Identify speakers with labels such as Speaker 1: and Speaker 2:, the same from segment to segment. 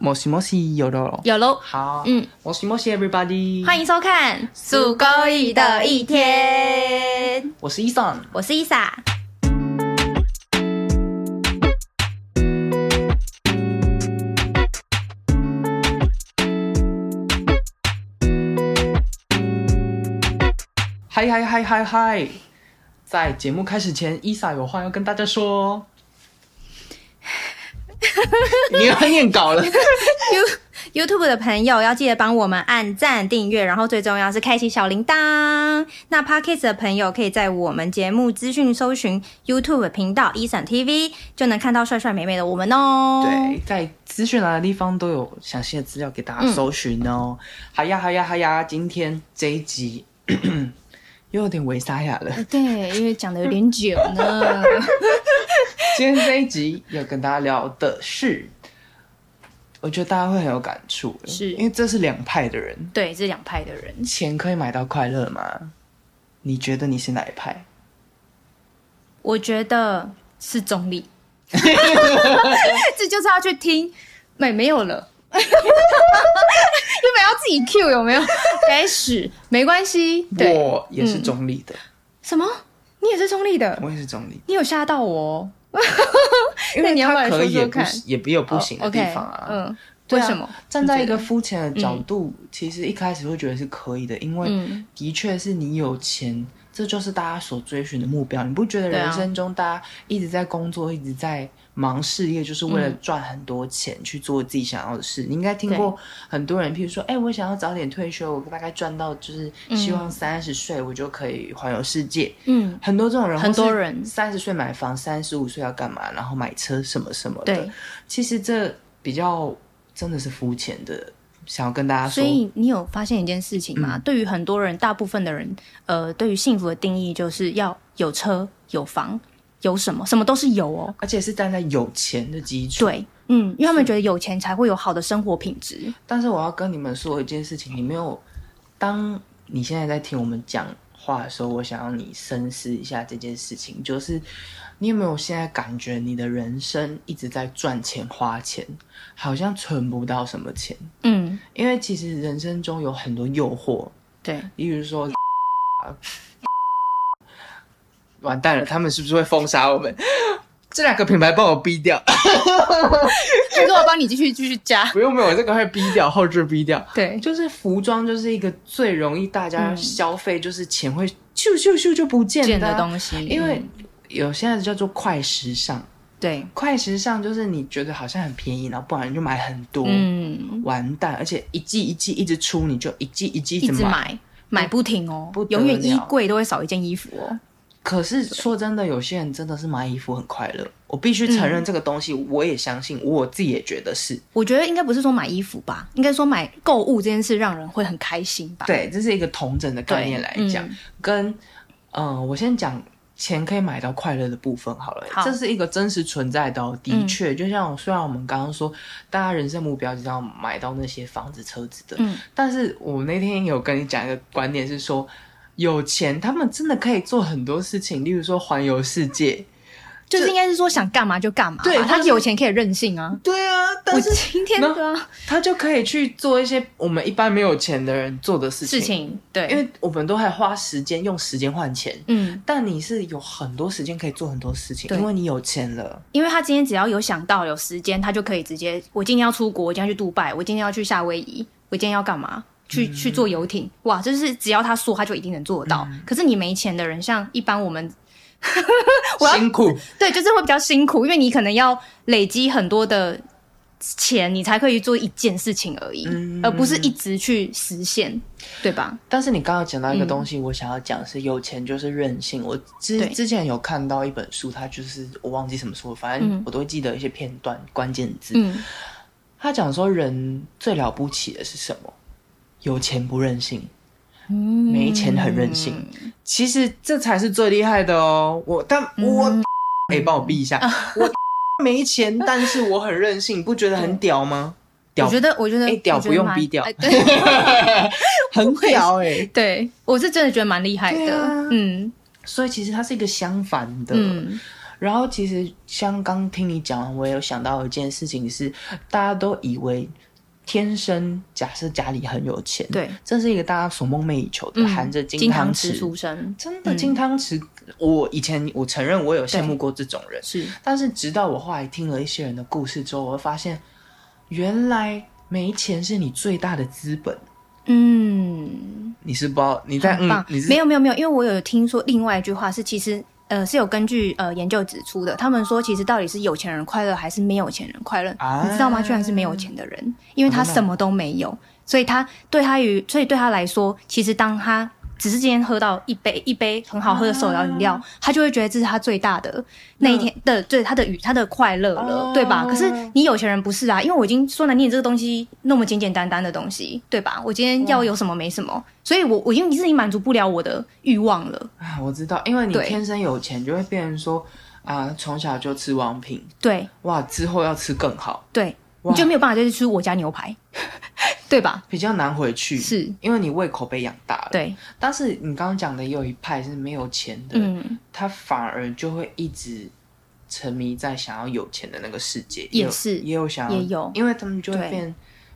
Speaker 1: 莫西莫西有肉了。
Speaker 2: 有喽，
Speaker 1: 嗯好，
Speaker 2: 嗯，
Speaker 1: 莫西莫西，everybody，
Speaker 2: 欢迎收看《属狗一的一天》，
Speaker 1: 我是伊桑。
Speaker 2: 我是伊莎。
Speaker 1: 嗨嗨嗨嗨嗨！在节目开始前，伊莎有话要跟大家 说。你又要念稿 了，
Speaker 2: You YouTube 的朋友要记得帮我们按赞、订阅，然后最重要是开启小铃铛。那 Podcast 的朋友可以在我们节目资讯搜寻 YouTube 频道 e 闪 TV，就能看到帅帅美美的我们哦。
Speaker 1: 对，在资讯栏的地方都有详细的资料给大家搜寻哦。好呀好呀好呀，今天这一集 又有点微沙哑了。
Speaker 2: 呃对，因为讲的有点久 呢。
Speaker 1: 今天这一集要跟大家聊的是，我觉得大家会很有感触，
Speaker 2: 是
Speaker 1: 因为这是两派的人。
Speaker 2: 对，这两派的人，
Speaker 1: 钱可以买到快乐吗？你觉得你是哪一派？
Speaker 2: 我觉得是中 立，这就是要去听，没没有了。 你本要自己 Q 有没有？该死，没关系。对，嗯
Speaker 1: 我也是中立的，
Speaker 2: 什么？你也是中立的？
Speaker 1: 我也是中立，
Speaker 2: 你有吓到我、哦？
Speaker 1: 因
Speaker 2: 那
Speaker 1: 为
Speaker 2: 你要不要
Speaker 1: 他
Speaker 2: 来
Speaker 1: 可
Speaker 2: 说
Speaker 1: 以也
Speaker 2: 说
Speaker 1: 不
Speaker 2: 看
Speaker 1: 行，也也有不行的地方啊。
Speaker 2: 哦，OK，嗯，
Speaker 1: 对
Speaker 2: 为
Speaker 1: 啊
Speaker 2: 什么？
Speaker 1: 站在
Speaker 2: 你
Speaker 1: 一
Speaker 2: 觉得
Speaker 1: 个肤浅的角度，其实一开始会觉得是可以的，因为
Speaker 2: 嗯
Speaker 1: 的确是你有钱，这就是大家所追寻的目标。你不觉得
Speaker 2: 对啊
Speaker 1: 人生中大家一直在工作，一直在忙事业，就是为了
Speaker 2: 嗯
Speaker 1: 赚很多钱去做自己想要的事？你应该听过很多人，譬如说，哎、我想要早点退休，我大概赚到就是希望三十岁我就可以环游世界。
Speaker 2: 嗯，
Speaker 1: 很多这种人，
Speaker 2: 很多人
Speaker 1: 三十岁买房，三十五岁要干嘛，然后买车什么什么的。
Speaker 2: 对，
Speaker 1: 其实这比较真的是肤浅的，想要跟大家
Speaker 2: 所
Speaker 1: 说，
Speaker 2: 以你有发现一件事情吗？
Speaker 1: 嗯
Speaker 2: 对于很多人，大部分的人，呃，对于幸福的定义就是要有车、有房、有什么，什么都是有哦。
Speaker 1: 而且是站在有钱的基础。
Speaker 2: 对，嗯，因为他们觉得有钱才会有好的生活品质。
Speaker 1: 但是我要跟你们说一件事情，你没有，当你现在在听我们讲话的时候，我想要你深思一下这件事情，就是你有没有现在感觉你的人生一直在赚钱花钱，好像存不到什么钱？
Speaker 2: 嗯，
Speaker 1: 因为其实人生中有很多诱惑，
Speaker 2: 对，
Speaker 1: 例如说， 完蛋了，他们是不是会封杀我们？这 两个品牌帮我逼掉，
Speaker 2: 这个我帮你继续继续加。
Speaker 1: 不用不用，我这个会逼掉，后置逼掉。
Speaker 2: 对，
Speaker 1: 就是服装就是一个最容易大家消费，就是钱会咻咻咻就不见
Speaker 2: 嗯见
Speaker 1: 的啊
Speaker 2: 的东西，
Speaker 1: 因为
Speaker 2: 嗯
Speaker 1: 有现在叫做快时尚，
Speaker 2: 对，
Speaker 1: 快时尚就是你觉得好像很便宜，然后不然你就买很多，
Speaker 2: 嗯，
Speaker 1: 完蛋，而且一季一季一直出，你就一季一季一
Speaker 2: 一
Speaker 1: 直
Speaker 2: 直
Speaker 1: 买。
Speaker 2: 买买不停哦
Speaker 1: 不，得
Speaker 2: 永远衣
Speaker 1: 了
Speaker 2: 柜都会少一件衣服哦。
Speaker 1: 可是说真的，有些人真的是买衣服很快乐，我必须
Speaker 2: 嗯
Speaker 1: 承认这个东西，我也相信，我自己也觉得是
Speaker 2: 我觉得应该不是说买衣服吧，应该说买购物这件事让人会很开心吧。
Speaker 1: 对，这是一个同整的概念来讲，
Speaker 2: 嗯
Speaker 1: 跟嗯、呃我先讲钱可以买到快乐的部分好了，
Speaker 2: 好
Speaker 1: 这是一个真实存在的、哦，的确，就像虽然我们刚刚说，大家人生目标就是要买到那些房子、车子的，
Speaker 2: 嗯
Speaker 1: 但是我那天有跟你讲一个观点是说。有钱，他们真的可以做很多事情，例如说环游世界。
Speaker 2: 就是应该是说想干嘛就干嘛吧，
Speaker 1: 对
Speaker 2: 他
Speaker 1: 或是
Speaker 2: 有钱可以任性啊。
Speaker 1: 对啊，
Speaker 2: 我
Speaker 1: 但是
Speaker 2: 今天
Speaker 1: 那
Speaker 2: 的啊
Speaker 1: 他就可以去做一些我们一般没有钱的人做的事情，
Speaker 2: 事情，对，
Speaker 1: 因为我们都还花时间用时间换钱，
Speaker 2: 嗯，
Speaker 1: 但你是有很多时间可以做很多事情，
Speaker 2: 对
Speaker 1: 因为你有钱了。
Speaker 2: 因为他今天只要有想到有时间，他就可以直接，我今天要出国，我今天要去杜拜，我今天要去夏威夷，我今天要干嘛？去
Speaker 1: 嗯
Speaker 2: 去坐游艇，哇，就是只要他说，他就一定能做得到。
Speaker 1: 嗯
Speaker 2: 可是你没钱的人，像一般我们我要
Speaker 1: 辛苦，
Speaker 2: 对，就是会比较辛苦，因为你可能要累积很多的钱，你才可以做一件事情而已，
Speaker 1: 嗯
Speaker 2: 而不是一直去实现，对吧？
Speaker 1: 但是你刚刚讲到一个东西，我想要讲是有钱就是任性。我之
Speaker 2: 嗯对
Speaker 1: 之前有看到一本书，它就是我忘记什么书了，反正
Speaker 2: 嗯
Speaker 1: 我都会记得一些片段、关键字。
Speaker 2: 嗯，
Speaker 1: 他讲说人最了不起的是什么？有钱不任性，
Speaker 2: 嗯
Speaker 1: 没钱很任性。其实这才是最厉害的哦。我但
Speaker 2: 嗯
Speaker 1: 我哎、帮我避一下，我没钱，但是我很任性，不觉得很屌吗？屌
Speaker 2: 我觉得，我觉得，
Speaker 1: 哎屌
Speaker 2: 我觉得
Speaker 1: 不用
Speaker 2: 蛮
Speaker 1: 逼掉
Speaker 2: 哎对
Speaker 1: 很屌哎、
Speaker 2: 对，我是真的觉得蛮厉害
Speaker 1: 对
Speaker 2: 的，
Speaker 1: 啊
Speaker 2: 嗯
Speaker 1: 所以其实它是一个相反的。
Speaker 2: 嗯，
Speaker 1: 然后其实像刚听你讲完，我也有想到一件事情是，大家都以为天生假设家里很有钱，
Speaker 2: 对，
Speaker 1: 这是一个大家所梦寐以求的，含着金
Speaker 2: 嗯金
Speaker 1: 汤
Speaker 2: 汤匙嗯
Speaker 1: 匙。
Speaker 2: 出生
Speaker 1: 真的金汤匙，我以前我承认我有羡慕过这种人，
Speaker 2: 是
Speaker 1: 但是直到我后来听了一些人的故事之后，我会发现，原来没钱是你最大的资本。
Speaker 2: 嗯，
Speaker 1: 你是不知道你在
Speaker 2: 很
Speaker 1: 嗯
Speaker 2: 棒，
Speaker 1: 你是
Speaker 2: 没有没有没有，因为我有听说另外一句话是，其实呃是有根据呃研究指出的，他们说其实到底是有钱人快乐还是没有钱人快乐，
Speaker 1: 啊
Speaker 2: 你知道吗？居然是没有钱的人，因为他什么都没有，所以他对他于所以对他来说，其实当他只是今天喝到一杯一杯很好喝的手摇饮
Speaker 1: 啊
Speaker 2: 料，他就会觉得这是他最大的那一天
Speaker 1: 嗯
Speaker 2: 的对他的与他的快乐了，
Speaker 1: 哦
Speaker 2: 对吧？可是你有钱人不是啊，因为我已经说难听，这个东西那么简简单单的东西，对吧？我今天要有什么没什么，所以我我已经自己满足不了我的欲望了，
Speaker 1: 啊，我知道，因为你
Speaker 2: 对
Speaker 1: 天生有钱，就会变成说啊，从、小就吃王品，
Speaker 2: 对
Speaker 1: 哇，之后要吃更好，
Speaker 2: 对，
Speaker 1: 哇
Speaker 2: 你就没有办法再去吃我家 牛排，对吧？
Speaker 1: 比较难回去，
Speaker 2: 是，
Speaker 1: 因为你胃口被养大了。，
Speaker 2: 对，
Speaker 1: 但是你刚刚讲的也有一派是没有钱的，
Speaker 2: 嗯，
Speaker 1: 他反而就会一直沉迷在想要有钱的那个世界，
Speaker 2: 也
Speaker 1: 有
Speaker 2: 是
Speaker 1: 也有想要
Speaker 2: 也有
Speaker 1: 因为他们就会
Speaker 2: 对
Speaker 1: 变，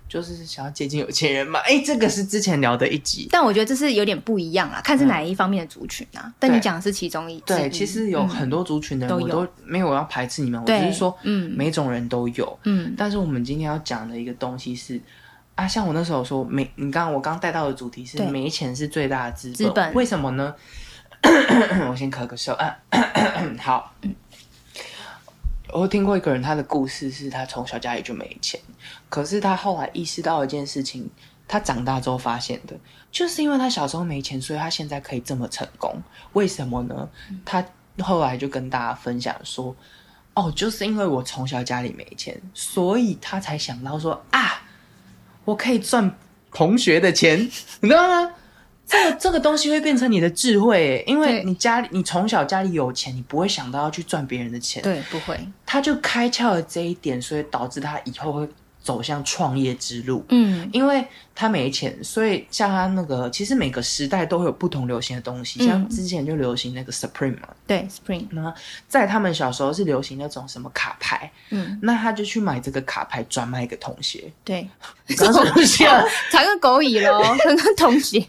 Speaker 1: 就是想要接近有钱人嘛。哎、这个是之前聊的一集，
Speaker 2: 但我觉得这是有点不一样啦，看是哪一方面的族群啊。但你讲的是其中一之
Speaker 1: 嗯对，
Speaker 2: 一
Speaker 1: 其实有很多族群的人，
Speaker 2: 都
Speaker 1: 我
Speaker 2: 有
Speaker 1: 都没有要排斥你们，我只
Speaker 2: 对
Speaker 1: 是说，
Speaker 2: 嗯
Speaker 1: 每种人都有。
Speaker 2: 嗯
Speaker 1: 但是我们今天要讲的一个东西是，啊，像我那时候说没，你刚刚我刚带到的主题是
Speaker 2: 对
Speaker 1: 没钱是最大的资本，
Speaker 2: 资本
Speaker 1: 为什么呢？ 我先咳个嗽啊， 好。我听过一个人，他的故事是他从小家里就没钱，可是他后来意识到一件事情，他长大之后发现的，就是因为他小时候没钱，所以他现在可以这么成功。为什么呢？他后来就跟大家分享说，哦，就是因为我从小家里没钱，所以他才想到说啊，我可以赚同学的钱， 你知道吗？这个这个东西会变成你的智慧，欸因为
Speaker 2: 对
Speaker 1: 你家里你从小家里有钱，你不会想到要去赚别人的钱，
Speaker 2: 对，不会，
Speaker 1: 他就开窍了这一点，所以导致他以后会走向创业之路。
Speaker 2: 嗯
Speaker 1: 因为他没钱，所以像他那个，其实每个时代都会有不同流行的东西，
Speaker 2: 嗯
Speaker 1: 像之前就流行那个 Supreme 嘛，
Speaker 2: 对，Spring，
Speaker 1: 那在他们小时候是流行那种什么卡牌，
Speaker 2: 嗯
Speaker 1: 那他就去买这个卡牌转卖给同学。
Speaker 2: 对，
Speaker 1: 你刚刚不
Speaker 2: 啊
Speaker 1: 是
Speaker 2: 查个狗椅喽，跟个同学，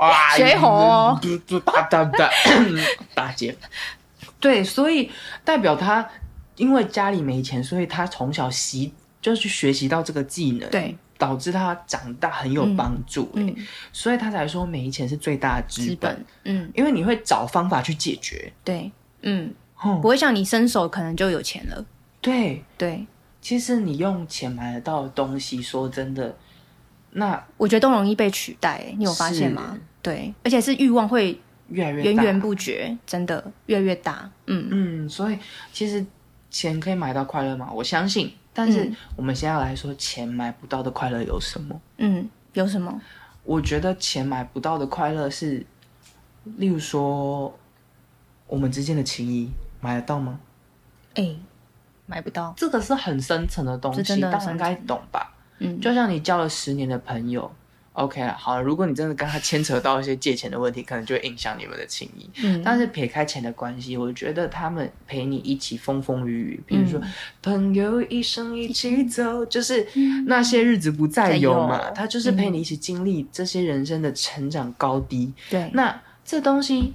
Speaker 1: 哇，
Speaker 2: 学猴哦
Speaker 1: 嘟嘟哒哒哒，大姐，对，所以代表他因为家里没钱，所以他从小习就去学习到这个技能，，
Speaker 2: 对，
Speaker 1: 导致他长大很有帮助、
Speaker 2: 嗯，
Speaker 1: 所以他才说没钱是最大的资
Speaker 2: 资
Speaker 1: 本，
Speaker 2: 本，嗯，
Speaker 1: 因为你会找方法去解决。
Speaker 2: 对，嗯，
Speaker 1: 哦
Speaker 2: 不，会像你伸手可能就有钱了，
Speaker 1: 对，
Speaker 2: 对，
Speaker 1: 其实你用钱买得到的东西，说真的，那
Speaker 2: 我觉得都容易被取代、欸，你有发现吗
Speaker 1: 是？
Speaker 2: 对，而且是欲望会
Speaker 1: 越来越
Speaker 2: 源
Speaker 1: 大
Speaker 2: 源不绝，真的越来越大，嗯，
Speaker 1: 嗯，所以其实钱可以买到快乐吗？我相信，但是
Speaker 2: 嗯
Speaker 1: 我们现在来说，钱买不到的快乐有什么？
Speaker 2: 嗯，有什么？
Speaker 1: 我觉得钱买不到的快乐是，例如说我们之间的情谊买得到吗？
Speaker 2: 哎、买不到，
Speaker 1: 这个是很深层的东
Speaker 2: 这
Speaker 1: 西，
Speaker 2: 真的很
Speaker 1: 大家应该懂吧？
Speaker 2: 嗯，
Speaker 1: 就像你交了十年的朋友，OK 了，好了，如果你真的跟他牵扯到一些借钱的问题，可能就会影响你们的情谊。
Speaker 2: 嗯
Speaker 1: 但是撇开钱的关系，我觉得他们陪你一起风风雨雨，比如
Speaker 2: 嗯
Speaker 1: 说、朋友一生一起走，就是那些日子不再有嘛，
Speaker 2: 再有
Speaker 1: 他就是陪你一起经历这些人生的成长高低。
Speaker 2: 对，
Speaker 1: 那这东西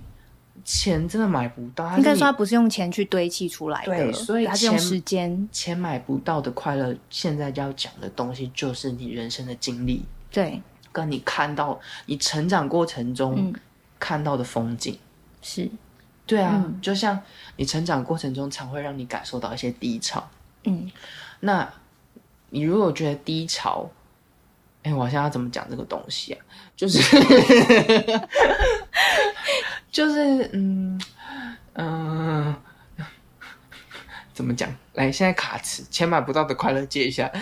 Speaker 1: 钱真的买不到，它是
Speaker 2: 应该说它
Speaker 1: 你
Speaker 2: 不是用钱去堆砌出来的，
Speaker 1: 对所以
Speaker 2: 它是用
Speaker 1: 钱
Speaker 2: 时间，
Speaker 1: 钱买不到的快乐。现在要讲的东西就是你人生的经历，
Speaker 2: 对，
Speaker 1: 跟你看到你成长过程中
Speaker 2: 嗯
Speaker 1: 看到的风景。
Speaker 2: 是，
Speaker 1: 对啊，
Speaker 2: 嗯
Speaker 1: 就像你成长过程中常会让你感受到一些低潮。
Speaker 2: 嗯，
Speaker 1: 那你如果觉得低潮，哎、我现在要怎么讲这个东西啊？就是 就是嗯嗯、呃怎么讲？来，现在卡词，钱买不到的快乐借一下。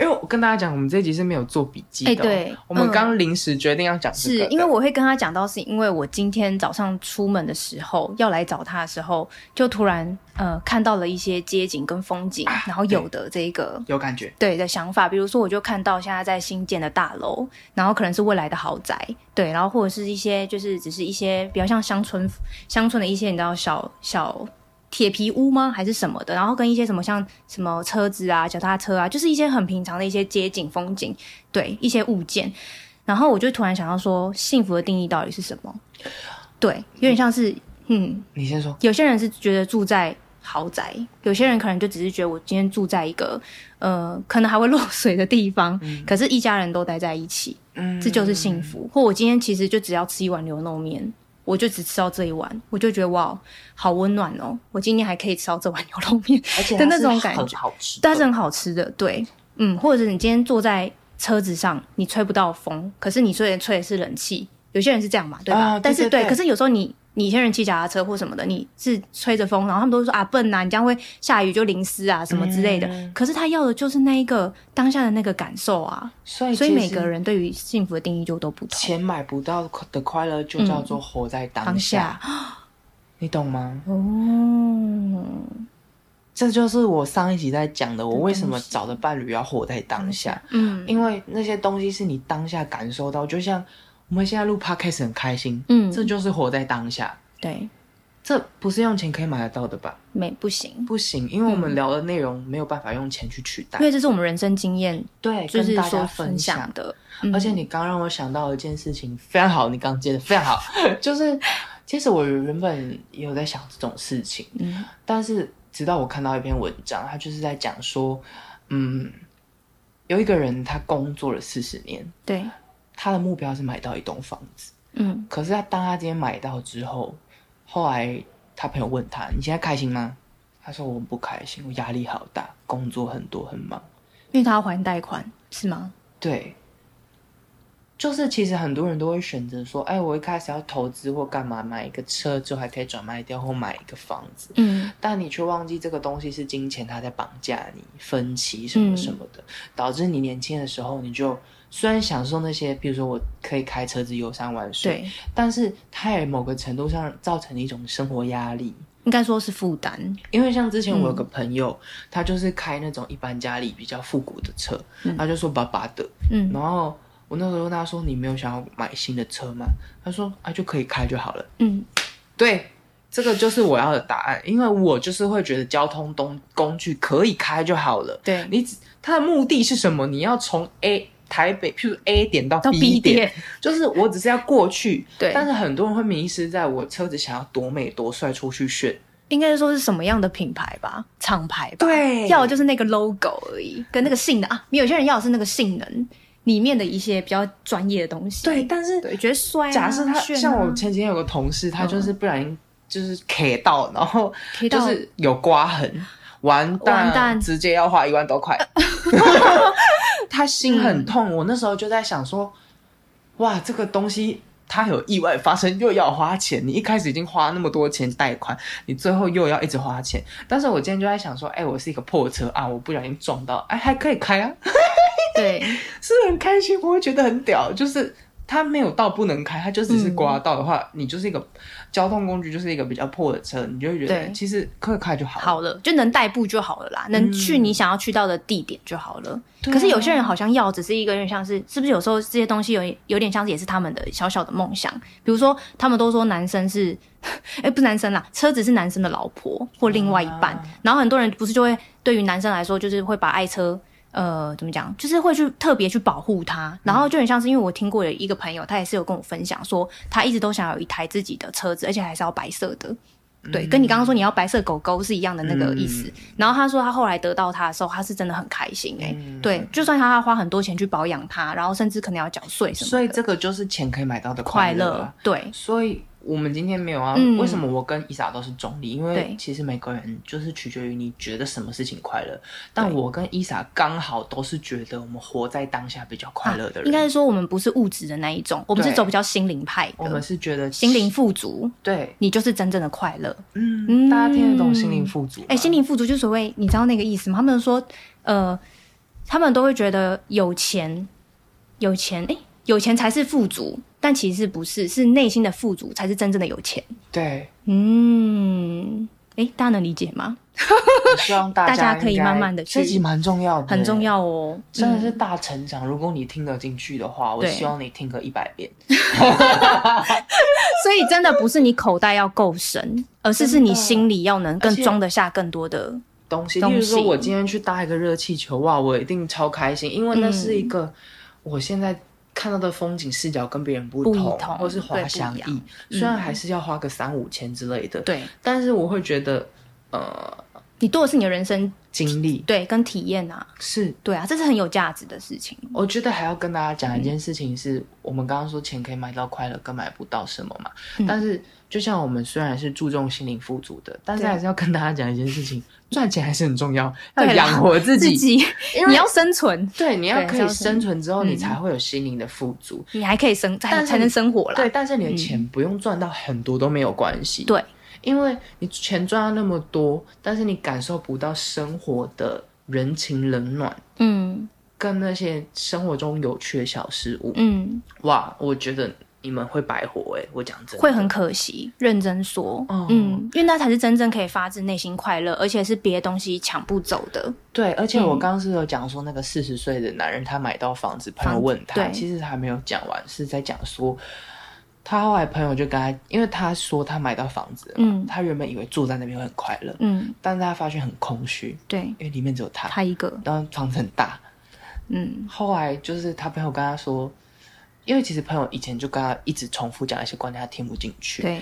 Speaker 1: 因为我跟大家讲，我们这一集是没有做笔记的、哦
Speaker 2: 哎对
Speaker 1: 我们
Speaker 2: 嗯
Speaker 1: 刚临时决定要讲这个
Speaker 2: 是
Speaker 1: 的
Speaker 2: 因为我会跟他讲到，是因为我今天早上出门的时候，要来找他的时候，就突然呃看到了一些街景跟风景，
Speaker 1: 啊
Speaker 2: 然后有的这一个。
Speaker 1: 有感觉，
Speaker 2: 对的想法，比如说我就看到现在在新建的大楼，然后可能是未来的豪宅，对，然后或者是一些就是只是一些比较像乡村乡村的一些你知道小小铁皮屋吗？还是什么的？然后跟一些什么像什么车子啊、脚踏车啊，就是一些很平常的一些街景风景，对一些物件。然后我就突然想到说，幸福的定义到底是什么？对，有点像是嗯，
Speaker 1: 你先说，
Speaker 2: 有些人是觉得住在豪宅，有些人可能就只是觉得我今天住在一个呃，可能还会漏水的地方，可是一家人都待在一起，
Speaker 1: 嗯
Speaker 2: 这就是幸福。或我今天其实就只要吃一碗牛肉面，我就只吃到这一碗，我就觉得哇，好温暖哦！我今天还可以吃到这碗牛肉面，
Speaker 1: 而且
Speaker 2: 的
Speaker 1: 它
Speaker 2: 那
Speaker 1: 是
Speaker 2: 种感
Speaker 1: 很
Speaker 2: 觉啊
Speaker 1: 好吃的，
Speaker 2: 但是很好吃的。对，嗯，或者是你今天坐在车子上，你吹不到风，可是你虽然吹的是冷气，有些人是这样嘛，对吧？
Speaker 1: 啊对
Speaker 2: 但是
Speaker 1: 对对
Speaker 2: 可是有时候你。你有些人骑脚踏车或什么的，你是吹着风，然后他们都说啊笨呐、你这样会下雨就淋湿啊什么之类的。
Speaker 1: 嗯
Speaker 2: 可是他要的就是那一个当下的那个感受啊，
Speaker 1: 所以
Speaker 2: 所以
Speaker 1: 其
Speaker 2: 每
Speaker 1: 哎实
Speaker 2: 个人对于幸福的定义就都不同。
Speaker 1: 钱买不到的快乐就叫做活在当
Speaker 2: 嗯当下
Speaker 1: 啊你懂吗？
Speaker 2: 哦，
Speaker 1: 嗯这就是我上一集在讲的，我为什么找的伴侣要活在当下，
Speaker 2: 嗯
Speaker 1: 因为那些东西是你当下感受到，就像我们现在录 podcast 很开心，
Speaker 2: 嗯，
Speaker 1: 这就是活在当下，
Speaker 2: 对，
Speaker 1: 这不是用钱可以买得到的吧？
Speaker 2: 没不行，
Speaker 1: 不行，因为我们聊的内容没有办法用钱去取代
Speaker 2: 嗯因。为这是我们人生经验，
Speaker 1: 对，
Speaker 2: 就是
Speaker 1: 哎跟大
Speaker 2: 说
Speaker 1: 家
Speaker 2: 分
Speaker 1: 分
Speaker 2: 享。的，
Speaker 1: 而
Speaker 2: 嗯
Speaker 1: 且你刚让我想到一件事情，非常好，你刚接的非常好， 就是其实我原本也有在想这种事情，
Speaker 2: 嗯
Speaker 1: 但是直到我看到一篇文章，他就是在讲说，嗯，有一个人他工作了四十年，
Speaker 2: 对，
Speaker 1: 他的目标是买到一栋房子，
Speaker 2: 嗯
Speaker 1: 可是他当他今天买到之后，后来他朋友问他：“你现在开心吗？”他说：“我不开心，我压力好大，工作很多，很忙。”
Speaker 2: 因为他要还贷款是吗？
Speaker 1: 对，就是其实很多人都会选择说，哎，我一开始要投资或干嘛，买一个车之后还可以转卖掉或买一个房子，
Speaker 2: 嗯
Speaker 1: 但你却忘记这个东西是金钱，它在绑架你，分期什么什么的，导致你年轻的时候你就虽然享受那些，比如说我可以开车子游山玩水，
Speaker 2: 对，
Speaker 1: 但是它也某个程度上造成一种生活压力。
Speaker 2: 应该说是负担，
Speaker 1: 因为像之前我有个朋友，他就是开那种一般家里比较复古的车，他就说爸爸的，
Speaker 2: 嗯
Speaker 1: 然后我那时候问他说：“你没有想要买新的车吗？”他说：“啊，就可以开就好了。
Speaker 2: 嗯，”
Speaker 1: 对，这个就是我要的答案，因为我就是会觉得交通东工具可以开就好了。
Speaker 2: 对，
Speaker 1: 你只它的目的是什么？你要从 A 台北，譬如 A 点到
Speaker 2: 到
Speaker 1: B 点，
Speaker 2: 点，
Speaker 1: 就是我只是要过去。
Speaker 2: 对
Speaker 1: 但是很多人会迷失在我车子想要多美多帅出去炫，
Speaker 2: 应该说是什么样的品牌吧，厂牌吧，
Speaker 1: 对
Speaker 2: 要的就是那个 logo 而已，跟那个性能啊，有些人要的是那个性能里面的一些比较专业的东西，
Speaker 1: 对，但是
Speaker 2: 对，觉得帅、啊，
Speaker 1: 假设他
Speaker 2: 炫啊
Speaker 1: 像我前几天有个同事，他就是不然就是 K 到，然后
Speaker 2: K
Speaker 1: 就
Speaker 2: 到
Speaker 1: 是有刮痕，完蛋，
Speaker 2: 完蛋
Speaker 1: 直接要花一万多 块，他心很
Speaker 2: 嗯
Speaker 1: 痛。我那时候就在想说，哇，这个东西。他有意外发生，又要花钱。你一开始已经花那么多钱贷款，你最后又要一直花钱。但是我今天就在想说，哎、我是一个破车啊，我不小心撞到，哎、还可以开啊，
Speaker 2: 对，
Speaker 1: 是很开心，我会觉得很屌，就是。它没有到不能开，它就只是
Speaker 2: 嗯
Speaker 1: 刮到的话，你就是一个交通工具，就是一个比较破的车，你就会觉得哎
Speaker 2: 对
Speaker 1: 其实可以开就好了。嗯
Speaker 2: 好了，就能代步就好了啦，能去你想要去到的地点就好了。
Speaker 1: 对啊
Speaker 2: 可是有些人好像要只是一个，有点像是是不是有时候这些东西有有点像是也是他们的小小的梦想，比如说他们都说男生是， 哎、不是男生啦，车子是男生的老婆或另外一半，
Speaker 1: 啊
Speaker 2: 然后很多人不是就会对于男生来说就是会把爱车。呃，怎么讲？就是会去特别去保护它，然后就很像是因为我听过有一个朋友，他也是有跟我分享说，他一直都想要有一台自己的车子，而且还是要白色的。
Speaker 1: 嗯
Speaker 2: 对，跟你刚刚说你要白色狗狗是一样的那个意思。然后他说他后来得到它的时候，他是真的很开心哎、
Speaker 1: 嗯
Speaker 2: 对，就算他要花很多钱去保养它，然后甚至可能要缴税什么的，
Speaker 1: 所以这个就是钱可以买到的
Speaker 2: 快
Speaker 1: 乐
Speaker 2: 乐
Speaker 1: 啊。
Speaker 2: 对
Speaker 1: 所以我们今天没有啊，
Speaker 2: 嗯
Speaker 1: 为什么我跟伊莎都是中立？因为
Speaker 2: 对
Speaker 1: 其实每个人就是取决于你觉得什么事情快乐。但我跟伊莎刚好都是觉得我们活在当下比较快乐的
Speaker 2: 啊
Speaker 1: 人。
Speaker 2: 应该是说我们不是物质的那一种，我们是
Speaker 1: 对
Speaker 2: 走比较心灵派
Speaker 1: 我们
Speaker 2: 的，
Speaker 1: 是觉得
Speaker 2: 心灵富足，
Speaker 1: 对，
Speaker 2: 你就是真正的快乐。
Speaker 1: 嗯，大家听得懂心灵富足吗？
Speaker 2: 哎、心灵富足就所谓你知道那个意思吗？他们说，呃，他们都会觉得有钱，有钱，哎、有钱才是富足，但其实不是，是内心的富足才是真正的有钱。
Speaker 1: 对。
Speaker 2: 嗯，哎，大家能理解吗？
Speaker 1: 我希望大
Speaker 2: 大家
Speaker 1: 应
Speaker 2: 可以
Speaker 1: 该
Speaker 2: 慢慢地去
Speaker 1: 这集蛮重要的，
Speaker 2: 很重，要哦，
Speaker 1: 真的是大成长。如果你听得进去的话，我
Speaker 2: 对
Speaker 1: 希望你听个一百遍。
Speaker 2: 所以真的不是你口袋要够深，而是是你心里要能更
Speaker 1: 而且
Speaker 2: 装得下更多的。
Speaker 1: 东西，
Speaker 2: 东
Speaker 1: 例如说
Speaker 2: 西
Speaker 1: 我今天去搭一个热气球，哇，我一定超开心，因为那是
Speaker 2: 嗯
Speaker 1: 一个我现在看到的风景视角跟别人不
Speaker 2: 不一
Speaker 1: 同，
Speaker 2: 同
Speaker 1: 或是滑
Speaker 2: 对
Speaker 1: 翔
Speaker 2: 不一样嗯
Speaker 1: 翼，虽然还是要花个三五千之类的，
Speaker 2: 对
Speaker 1: 但是我会觉得，呃，
Speaker 2: 你多的是你的人生
Speaker 1: 经历
Speaker 2: 对跟体验啊，
Speaker 1: 是，
Speaker 2: 对啊，这是很有价值的事情。
Speaker 1: 我觉得还要跟大家讲一
Speaker 2: 嗯
Speaker 1: 件事情是，我们刚刚说钱可以买到快乐，跟买不到什么嘛，
Speaker 2: 嗯
Speaker 1: 但是。就像我们虽然是注重心灵富足的，但是
Speaker 2: 对
Speaker 1: 还是要跟大家讲一件事情，赚钱还是很重要，要
Speaker 2: 对啦
Speaker 1: 养活自
Speaker 2: 自
Speaker 1: 己。
Speaker 2: 己
Speaker 1: 因为
Speaker 2: 你要生存，嗯
Speaker 1: 对，你要
Speaker 2: 对
Speaker 1: 可
Speaker 2: 是
Speaker 1: 以
Speaker 2: 要生
Speaker 1: 生存之后，你才会有心灵的富足。
Speaker 2: 你还可以生
Speaker 1: 但
Speaker 2: 才
Speaker 1: 是
Speaker 2: 才能生活啦。
Speaker 1: 对，但是你的钱不用赚到很多都没有关系。
Speaker 2: 嗯对，
Speaker 1: 因为你钱赚到那么多，但是你感受不到生活的人情冷暖，
Speaker 2: 嗯
Speaker 1: 跟那些生活中有趣的小事物。
Speaker 2: 嗯，
Speaker 1: 哇，我觉得你们会白活哎、我讲真的，
Speaker 2: 会很可惜。认真说，
Speaker 1: 哦
Speaker 2: 嗯，因为那才是真正可以发自内心快乐，而且是别的东西抢不走的。
Speaker 1: 对。而且
Speaker 2: 嗯
Speaker 1: 我刚刚是有讲说，那个四十岁的男人他买到房子，朋友
Speaker 2: 房子
Speaker 1: 问他，
Speaker 2: 对
Speaker 1: 其实还没有讲完，是在讲说。他后来朋友就跟他，因为他说他买到房子了嘛，
Speaker 2: 嗯
Speaker 1: 他原本以为住在那边会很快乐，
Speaker 2: 嗯，
Speaker 1: 但是他发现很空虚，
Speaker 2: 对，
Speaker 1: 因为里面只有他，
Speaker 2: 他一个，
Speaker 1: 然后房子很大。
Speaker 2: 嗯
Speaker 1: 后来就是他朋友跟他说，因为其实朋友以前就跟他一直重复讲一些观念，他听不进去。
Speaker 2: 对，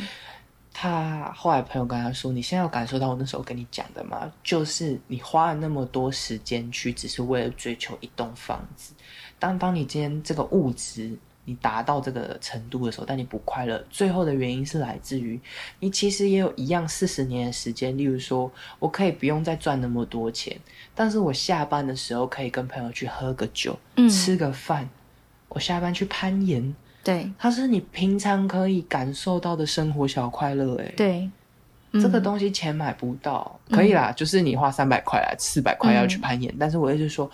Speaker 1: 他后来朋友跟他说：“你现在有感受到我那时候跟你讲的吗？就是你花了那么多时间去，只是为了追求一栋房子。当当你今天这个物质你达到这个程度的时候，但你不快乐，最后的原因是来自于你其实也有一样四十年的时间。例如说，我可以不用再赚那么多钱，但是我下班的时候可以跟朋友去喝个酒，
Speaker 2: 嗯
Speaker 1: 吃个饭，我下班去攀岩。”
Speaker 2: 对
Speaker 1: 它是你平常可以感受到的生活小快乐、欸，
Speaker 2: 对，嗯
Speaker 1: 这个东西钱买不到，可以啦，就是你花三百块来四百块要
Speaker 2: 嗯
Speaker 1: 去攀岩，但是我一直说，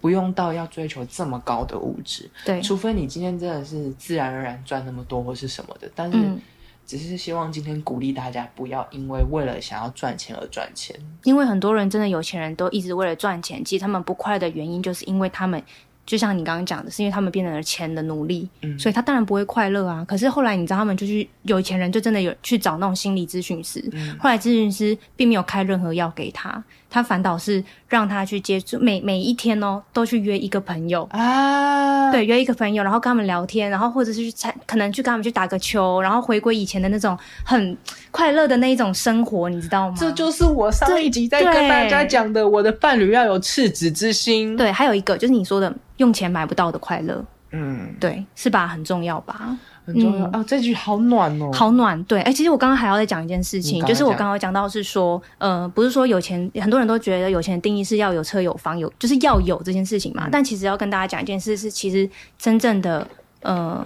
Speaker 1: 不用到要追求这么高的物质，
Speaker 2: 对，
Speaker 1: 除非你今天真的是自然而然赚那么多或是什么的，但是
Speaker 2: 嗯，
Speaker 1: 只是希望今天鼓励大家不要因为为了想要赚钱而赚钱，
Speaker 2: 因为很多人真的有钱人都一直为了赚钱，其实他们不快乐的原因就是因为他们。就像你刚刚讲的，是因为他们变成了钱的奴隶，
Speaker 1: 嗯
Speaker 2: 所以他当然不会快乐啊。可是后来你知道，他们就去有钱人就真的有去找那种心理咨询师，
Speaker 1: 嗯
Speaker 2: 后来咨询师并没有开任何药给他，他反倒是让他去接触，每每一天哦都去约一个朋友，
Speaker 1: 啊，
Speaker 2: 对，约一个朋友，然后跟他们聊天，然后或者是去参，可能去跟他们去打个球，然后回归以前的那种很快乐的那一种生活，你知道吗？
Speaker 1: 这就是我上一集在
Speaker 2: 对
Speaker 1: 跟大家讲的，我的伴侣要有赤子之心，
Speaker 2: 对，还有一个就是你说的用钱买不到的快乐，
Speaker 1: 嗯，
Speaker 2: 对，是吧？很重要吧？
Speaker 1: 很重要、
Speaker 2: 嗯
Speaker 1: 啊，这句好暖哦，
Speaker 2: 好暖，对。哎、其实我刚刚还要再讲一件事
Speaker 1: 你
Speaker 2: 情，
Speaker 1: 刚刚
Speaker 2: 就是我
Speaker 1: 讲
Speaker 2: 刚刚讲到是说，呃，不是说有钱，很多人都觉得有钱的定义是要有车有房有，就是要有这件事
Speaker 1: 嗯
Speaker 2: 情嘛。但其实要跟大家讲一件事是，其实真正的，呃，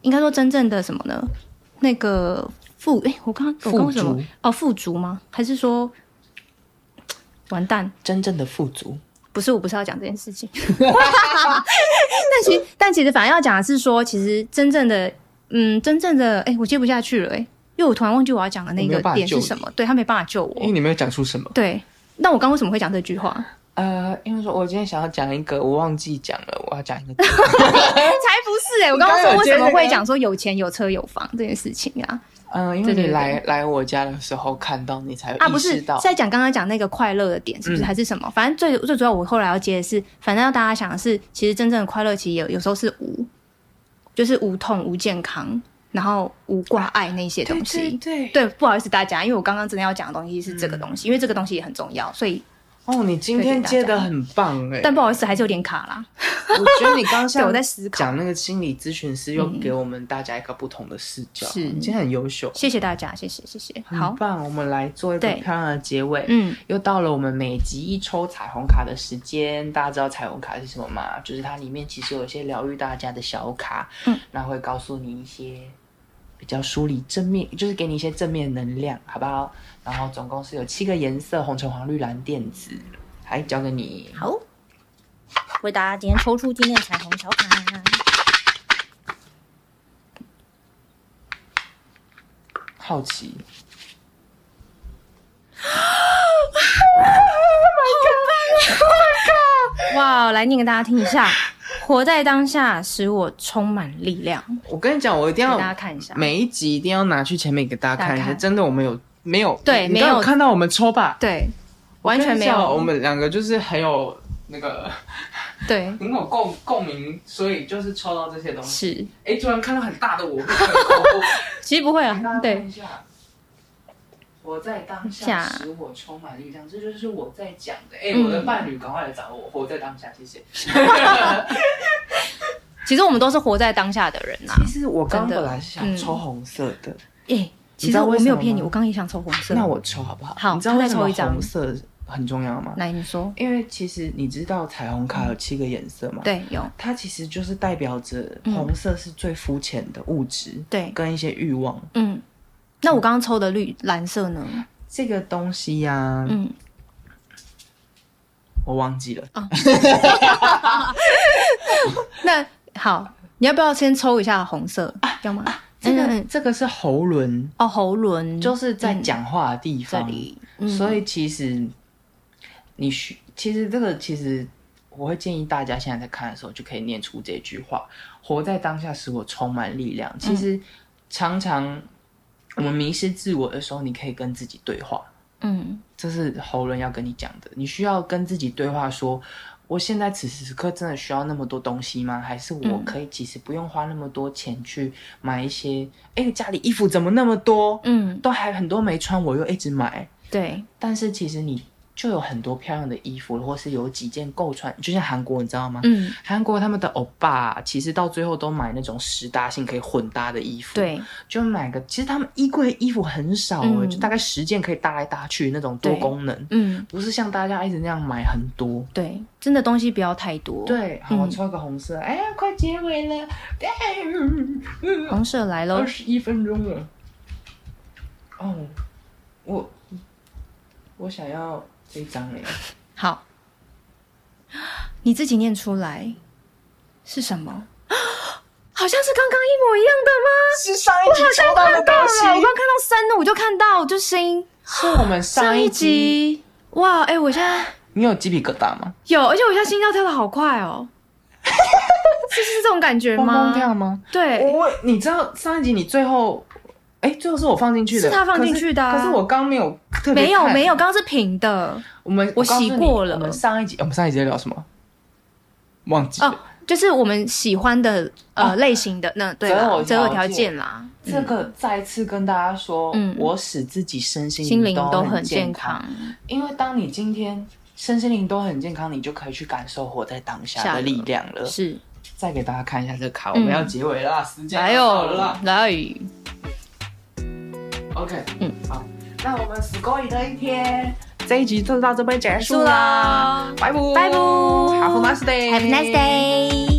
Speaker 2: 应该说真正的什么呢？那个富，哎、我刚刚我刚
Speaker 1: 富
Speaker 2: 刚什么
Speaker 1: 足？
Speaker 2: 哦，富足吗？还是说完蛋？
Speaker 1: 真正的富足。
Speaker 2: 不是，我不是要讲这件事情。 但其但其实反而要讲的是说，其实真正的，嗯，真正的，哎、我接不下去了、诶因为我突然忘记我要讲的那
Speaker 1: 我没
Speaker 2: 个
Speaker 1: 有办法
Speaker 2: 点
Speaker 1: 救
Speaker 2: 是
Speaker 1: 你
Speaker 2: 什么，对他没办法救我。
Speaker 1: 哎你没有讲出什么。
Speaker 2: 对，那我刚为什么会讲这句话？
Speaker 1: 呃，因为说我今天想要讲一个，我忘记讲了，我要讲一 个。
Speaker 2: 才不是哎、我刚刚说为什么会讲说有钱有车有房这件事情啊？
Speaker 1: 嗯、因为
Speaker 2: 对对
Speaker 1: 你
Speaker 2: 对
Speaker 1: 来来我家的时候看到你才
Speaker 2: 啊，
Speaker 1: 有
Speaker 2: 不
Speaker 1: 意
Speaker 2: 是
Speaker 1: 识到。
Speaker 2: 是在讲刚刚讲那个快乐的点，是不是、
Speaker 1: 嗯
Speaker 2: 还是什么？反正最最主要，我后来要接的是，反正要大家想的是，其实真正的快乐其实有有时候是无，就是无痛、无健康，然后无挂碍那些东西。
Speaker 1: 对
Speaker 2: 对不好意思大家，因为我刚刚真的要讲的东西是这个东
Speaker 1: 嗯
Speaker 2: 西，因为这个东西也很重要，所以
Speaker 1: 哦，你今天接的很棒哎、
Speaker 2: 但不好意思还是有点卡啦。
Speaker 1: 我觉得你刚
Speaker 2: 对，
Speaker 1: 像
Speaker 2: 我在思考。嗯
Speaker 1: 讲那个心理咨询师，又给我们大家一个不同的视角。
Speaker 2: 是
Speaker 1: 你今天很优秀，
Speaker 2: 谢谢大家，谢谢谢谢。
Speaker 1: 很
Speaker 2: 好，
Speaker 1: 棒。我们来做一个
Speaker 2: 对
Speaker 1: 漂亮的结尾。
Speaker 2: 嗯，
Speaker 1: 又到了我们每集一抽彩虹卡的时间，大家知道彩虹卡是什么吗？就是它里面其实有一些疗愈大家的小卡，
Speaker 2: 嗯，
Speaker 1: 那会告诉你一些比较梳理正面，就是给你一些正面能量，好不好？然后总共是有七个颜色，红橙黄绿蓝靛紫，还交给你。
Speaker 2: 好，为大家今天抽出今天的彩虹小卡。
Speaker 1: 好奇，
Speaker 2: 好，来念给大家听一下：活在当下，使我充满力量。
Speaker 1: 我跟你讲，我一定
Speaker 2: 给
Speaker 1: 要
Speaker 2: 大家看一下，
Speaker 1: 每一集一定要拿去前面给大家看一
Speaker 2: 大家
Speaker 1: 下，
Speaker 2: 看
Speaker 1: 真的我们有没有？
Speaker 2: 对
Speaker 1: 你
Speaker 2: 没
Speaker 1: 刚刚
Speaker 2: 有
Speaker 1: 看到我们抽吧，
Speaker 2: 对，完全
Speaker 1: 我跟你
Speaker 2: 没
Speaker 1: 讲
Speaker 2: 有，
Speaker 1: 我们两个就是很有那个
Speaker 2: 对
Speaker 1: 很有共共鸣，所以就是抽到这些东西。
Speaker 2: 是，
Speaker 1: 哎、突然看到很大的我，会不会很恐怖
Speaker 2: 其实不会
Speaker 1: 给
Speaker 2: 啊
Speaker 1: 大家，
Speaker 2: 对
Speaker 1: 看，一下。我在当
Speaker 2: 下
Speaker 1: 下使我充满力量，这就是我在讲的。哎、
Speaker 2: 嗯
Speaker 1: 我的伴侣，赶快来找我，活在当下，谢谢。
Speaker 2: 其实我们都是活在当下的人呐、
Speaker 1: 其实我刚
Speaker 2: 真的
Speaker 1: 本来是想
Speaker 2: 嗯
Speaker 1: 抽红色的，
Speaker 2: 诶、
Speaker 1: 你知
Speaker 2: 其实
Speaker 1: 道
Speaker 2: 我
Speaker 1: 为什
Speaker 2: 没有
Speaker 1: 么
Speaker 2: 骗你，
Speaker 1: 吗
Speaker 2: 我刚刚也想抽红色。
Speaker 1: 那我抽好不好？
Speaker 2: 好
Speaker 1: 你知道为什么
Speaker 2: 再抽一张
Speaker 1: 红色很重要吗？
Speaker 2: 来你说，
Speaker 1: 因为其实你知道彩虹卡有七个颜色嘛，，
Speaker 2: 嗯对，有
Speaker 1: 它其实就是代表着
Speaker 2: 嗯
Speaker 1: 红色是最肤浅的物质，
Speaker 2: 对，
Speaker 1: 跟一些欲望
Speaker 2: 嗯。那我刚刚抽的绿蓝色呢？
Speaker 1: 这个东西呀、
Speaker 2: 嗯，
Speaker 1: 我忘记了。
Speaker 2: 那好，你要不要先抽一下红色？
Speaker 1: 啊
Speaker 2: 要吗？
Speaker 1: 这个、
Speaker 2: 嗯嗯嗯
Speaker 1: 这个是喉轮，
Speaker 2: 哦，喉轮
Speaker 1: 就是啊在
Speaker 2: 嗯
Speaker 1: 讲话的地
Speaker 2: 这
Speaker 1: 方，
Speaker 2: 里，嗯
Speaker 1: 所以其实你需，其实这个其实我会建议大家现在在看的时候就可以念出这句话：活在当下使我充满力量。其实常常我们迷失自我的时候，你可以跟自己对话。
Speaker 2: 嗯
Speaker 1: 这是喉咙要跟你讲的，你需要跟自己对话说。我现在此时此刻真的需要那么多东西吗？还是我
Speaker 2: 嗯
Speaker 1: 可以其实不用花那么多钱去买一些？哎、家里衣服怎么那么多？
Speaker 2: 嗯，
Speaker 1: 都还很多没穿，我又一直买。
Speaker 2: 对，
Speaker 1: 但是其实你就有很多漂亮的衣服，或是有几件够穿。就像韩国，你知道吗？
Speaker 2: 嗯
Speaker 1: 韩国他们的欧巴其实到最后都买那种十搭性可以混搭的衣服。
Speaker 2: 对，
Speaker 1: 就买个，其实他们衣柜的衣服很少哎、
Speaker 2: 嗯
Speaker 1: 就大概十件可以搭来搭去那种多
Speaker 2: 对
Speaker 1: 功能，
Speaker 2: 嗯
Speaker 1: 不是像大家一直那样买很多。
Speaker 2: 对，真的东西不要太多。，
Speaker 1: 对，好，我
Speaker 2: 嗯
Speaker 1: 抽个红色，哎呀，快结尾了，哎
Speaker 2: 红色来喽
Speaker 1: 二，十一分钟了。哦，我我想要这一张哎，
Speaker 2: 好，你自己念出来是什么？ 好像是刚刚一模一样的吗？
Speaker 1: 是上一集抽到的
Speaker 2: 到
Speaker 1: 东
Speaker 2: 了，我刚看
Speaker 1: 西，
Speaker 2: 到三的，我就看到，就声音。
Speaker 1: 是我们
Speaker 2: 上
Speaker 1: 上
Speaker 2: 一
Speaker 1: 集。
Speaker 2: 集，哇，哎、我现在
Speaker 1: 你有鸡皮疙瘩吗？
Speaker 2: 有，而且我现在心跳跳的好快哦， 是是这种感觉
Speaker 1: 蹦蹦
Speaker 2: 吗？
Speaker 1: 跳吗？
Speaker 2: 对，
Speaker 1: 我你知道上一集你最后，哎，最后是我放进去的，
Speaker 2: 是他放进去的啊
Speaker 1: 可是可是我刚没有特别
Speaker 2: 没有
Speaker 1: 看
Speaker 2: 没有，刚刚是平的
Speaker 1: 我们
Speaker 2: 我
Speaker 1: 告诉你
Speaker 2: 洗过了
Speaker 1: 我们上一集我们上一集在聊什么？忘记了。
Speaker 2: 哦，就是我们喜欢的呃、类型的那对
Speaker 1: 择偶
Speaker 2: 啦，择偶
Speaker 1: 条
Speaker 2: 条
Speaker 1: 件
Speaker 2: 件啦，
Speaker 1: 这个再次跟大家说，
Speaker 2: 嗯
Speaker 1: 我使自己身心
Speaker 2: 心灵
Speaker 1: 都
Speaker 2: 都很
Speaker 1: 健
Speaker 2: 健康，
Speaker 1: 因为当你今天身心灵都很健康，你就可以去感受活在当下的力量了。
Speaker 2: 是。
Speaker 1: 再给大家看一下这个卡，我们
Speaker 2: 嗯
Speaker 1: 要结尾啦，时间
Speaker 2: 来
Speaker 1: 要到
Speaker 2: 哟
Speaker 1: 了啦。
Speaker 2: 来，
Speaker 1: OK，
Speaker 2: 嗯
Speaker 1: 嗯，好，那我们 s c o 的一天这一集就到这边结束啦，拜拜，
Speaker 2: 拜拜
Speaker 1: Have a nice day，
Speaker 2: ，Have a nice day。